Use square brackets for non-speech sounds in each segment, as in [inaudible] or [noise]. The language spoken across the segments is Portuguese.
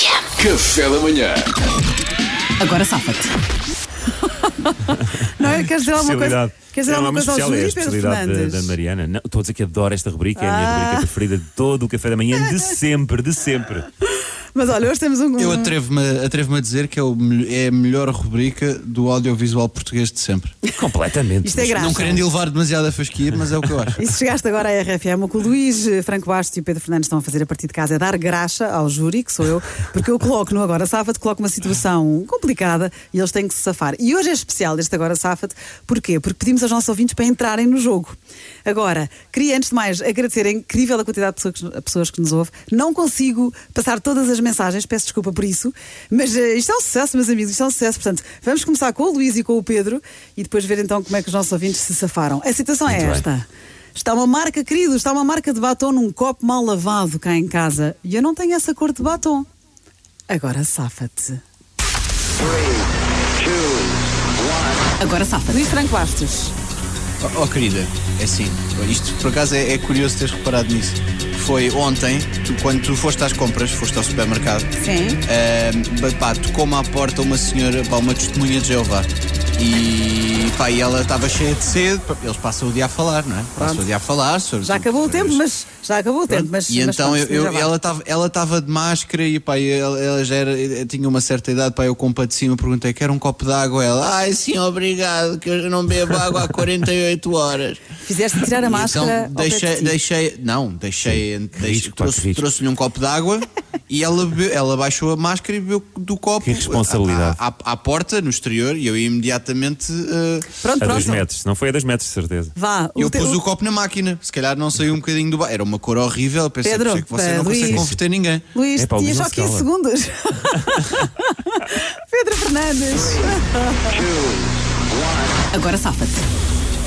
Café da manhã. Agora [laughs] safa-te. não é? Queres dizer alguma coisa? especialidade. Queres dizer É, alguma mas coisa ao especial, é Júlio a Pedro especialidade da- Fernandes? Ah. da, Mariana. Não, estou a dizer que adoro esta rubrica, é a minha rubrica preferida de todo o café da manhã, [laughs] de sempre, de sempre. Mas olha, hoje temos um. Eu atrevo-me atrevo a dizer que é, o mel- é a melhor rubrica do audiovisual português de sempre. Completamente. Isto é Mas- grave. Não querendo elevar demasiado a fasquia, mas é o que eu acho. E se chegaste agora à RFM, o que o Luís eh, Franco Bastos e o Pedro Fernandes estão a fazer a partir de casa é dar graxa ao júri, que sou eu, porque eu coloco no Agora Safa-te, coloco uma situação complicada e eles têm que se safar. E hoje é especial este Agora Safa-te, porquê? Porque pedimos aos nossos ouvintes para entrarem no jogo. Agora, queria antes de mais agradecer a incrível a quantidade de pessoas que, nos- pessoas que nos ouve. Não consigo passar todas as mensagens, peço desculpa por isso, mas eh, isto é um sucesso, meus amigos, isto é um sucesso. Portanto, vamos começar com o Luís e com o Pedro e depois ver então como é que os nossos ouvintes se safaram. A situação é Muito bem. esta. Está uma marca, querido, está uma marca de batom num copo mal lavado cá em casa. E eu não tenho essa cor de batom. Agora safa-te. Agora safa-te. Luís Franco Bastos. [laughs] Oh, oh, querida, é assim, isto por acaso é, é curioso teres reparado nisso. Foi ontem, tu- quando tu foste às compras, foste ao supermercado. Sim. Ahm, pá, tocou-me à porta uma senhora, pá, uma testemunha de Jeová. E, pá, e ela estava cheia de sede, pá, eles passam o dia a falar, não é? Passam o dia a falar sobre. Já acabou o tempo, mas. Já acabou o tempo, mas. e mas então pronto, eu, eu- já vai. ela estava ela tava de máscara e pá, ela, ela já era- eh, tinha uma certa idade, pá, eu com o pá de cima perguntei, quer um copo de água? Ela, ai sim, obrigado, que eu não bebo água há 48 horas. Fizeste tirar a E máscara. Então ao pé de deixei, ti. deixei, não, deixei, deixei- risco, pá, que trouxe- risco. trouxe-lhe um copo de água e ela, bebeu- ela baixou a máscara e bebeu do copo Que responsabilidade. à, à- à porta, no exterior, e eu imediatamente eh, Pronto, A dois pronto. metros, não foi a dois metros, de certeza. Vá, eu te- pus o copo na máquina. Se calhar não saiu um bocadinho do bar. Era uma cor horrível, eu pensei Pedro, "Pois é que você não Luís. consegue converter ninguém. Luís, É pá, o tinha Luís não só se 15 cala. [laughs] segundos. Pedro Fernandes. Agora safa-te.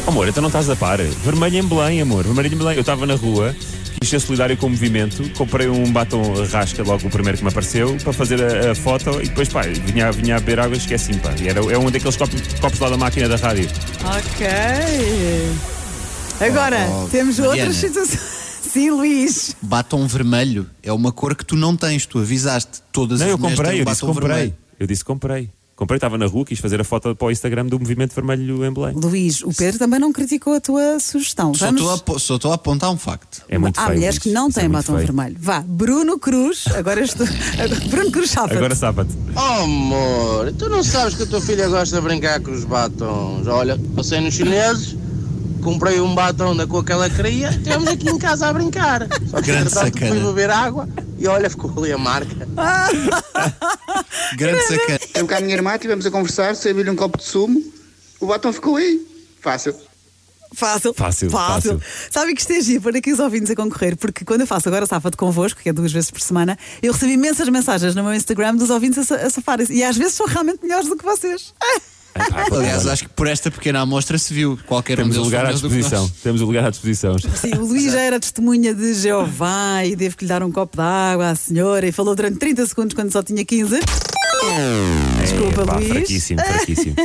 Oh, Amor, então não estás a par. Vermelho em Belém, amor. Vermelho em Belém. Eu estava na rua, quis ser solidário com o movimento, comprei um batom rasca logo o primeiro que me apareceu para fazer a, a foto e depois, pá, vinha, vinha a beber água e esqueci-me, pá. E era, é um daqueles copos, copos lá da máquina da rádio. Ok. Agora, Oh, oh, temos outras Mariana. situações. [laughs] Sim, Luís. Batom vermelho é uma cor que tu não tens, tu avisaste. Todas Não, as eu mulheres comprei, têm um eu disse batom comprei. vermelho. Eu disse comprei. Comprei, estava na rua, quis fazer a foto para o Instagram do Movimento Vermelho em Belém. Luís, o Pedro também não criticou a tua sugestão. Só estou a apo- Só estou a, apontar um facto. É muito Há feio, mulheres Luís. que não Isso é têm muito batom feio. vermelho. Vá, Bruno Cruz, agora estou. [laughs] agora- Bruno Cruz safa Agora sábado. Oh, amor, tu não sabes que a tua filha gosta de brincar com os batons. Olha, passei nos chineses, comprei um batom da cor que ela queria, tivemos aqui em casa a brincar. Só que Grande entretanto, fui sacana. beber água e olha, ficou ali a marca. Grande sacana. Eu com a minha irmã estivemos a conversar, servi-lhe um copo de sumo, o batom ficou aí. Fácil. Fácil. Fácil, fácil. Sabem que isto é giro para aqui os ouvintes a concorrer, porque quando eu faço agora safa-te convosco, que é duas vezes por semana, eu recebi imensas mensagens no meu Instagram dos ouvintes a, sa- a safarem-se. E às vezes são realmente melhores do que vocês. [laughs] Aliás, acho que por esta pequena amostra se viu. Qualquer um Temos o deles lugar à foi melhor do que disposição. nós. Temos o lugar à disposição. Sim, o Luís já era testemunha de Jeová e teve que lhe dar um copo de água à senhora e falou durante 30 segundos quando só tinha 15. Desculpa, É, pá, Luís. Fraquíssimo, [laughs] fraquíssimo.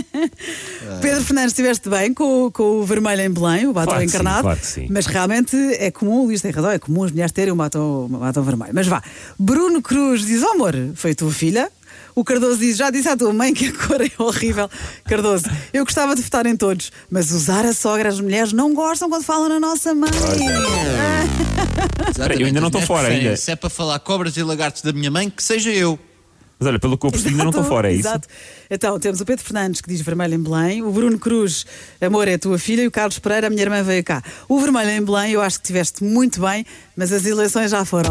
Pedro Fernandes, estiveste bem com, o- com o vermelho em Belém, o batom Claro que sim, encarnado. claro que sim. Mas realmente é comum, o Luís tem razão, é comum as mulheres terem um batom, um batom vermelho. Mas vá, Bruno Cruz diz: oh, amor, foi tua filha. O Cardoso diz: já disse à tua mãe que a cor é horrível. Cardoso, eu gostava de votar em todos, mas usar a sogra, as mulheres não gostam quando falam na nossa mãe. é. Exatamente, eu ainda não estou as mulheres fora preferem, ainda. Se é para falar cobras e lagartos da minha mãe, que seja eu. Mas olha, pelo que eu percebi, ainda não estou Exato, fora, é isso? Exato. Então, temos o Pedro Fernandes que diz vermelho em Belém, o Bruno Cruz, amor é a tua filha, e o Carlos Pereira, a minha irmã veio cá. O vermelho em Belém, eu acho que estiveste muito bem, mas as eleições já foram.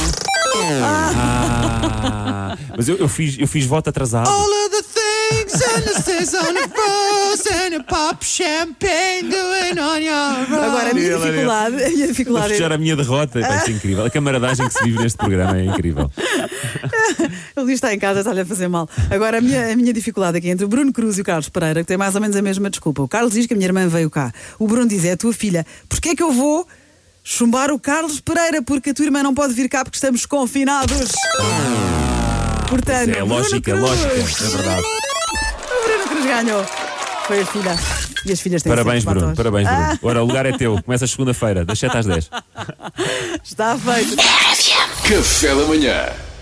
Ah, mas eu, eu fiz, eu fiz voto atrasado. Oh, All of the things and the stays on the rose and a pop champagne doing on your own. Agora, a minha Helena. dificuldade, a minha Para dificuldade é festejar a minha derrota. Pá, Isto é incrível. A camaradagem que se vive neste programa é [laughs] incrível. O Luís está em casa, está-lhe a fazer mal. Agora, a minha, a minha dificuldade aqui entre o Bruno Cruz e o Carlos Pereira, que tem mais ou menos a mesma desculpa. O Carlos diz que a minha irmã veio cá. O Bruno diz: é a tua filha. Porquê é que eu vou chumbar o Carlos Pereira? Porque a tua irmã não pode vir cá porque estamos confinados. Portanto, É lógica, Bruno Cruz, lógica. É verdade. O Bruno Cruz ganhou. Foi a filha. E as filhas têm Parabéns, sempre Ah. Bruno. batons. Parabéns, Bruno. Ora, [laughs] o lugar é teu. Começa segunda-feira, das 7 às 10. Está feito. Café da manhã.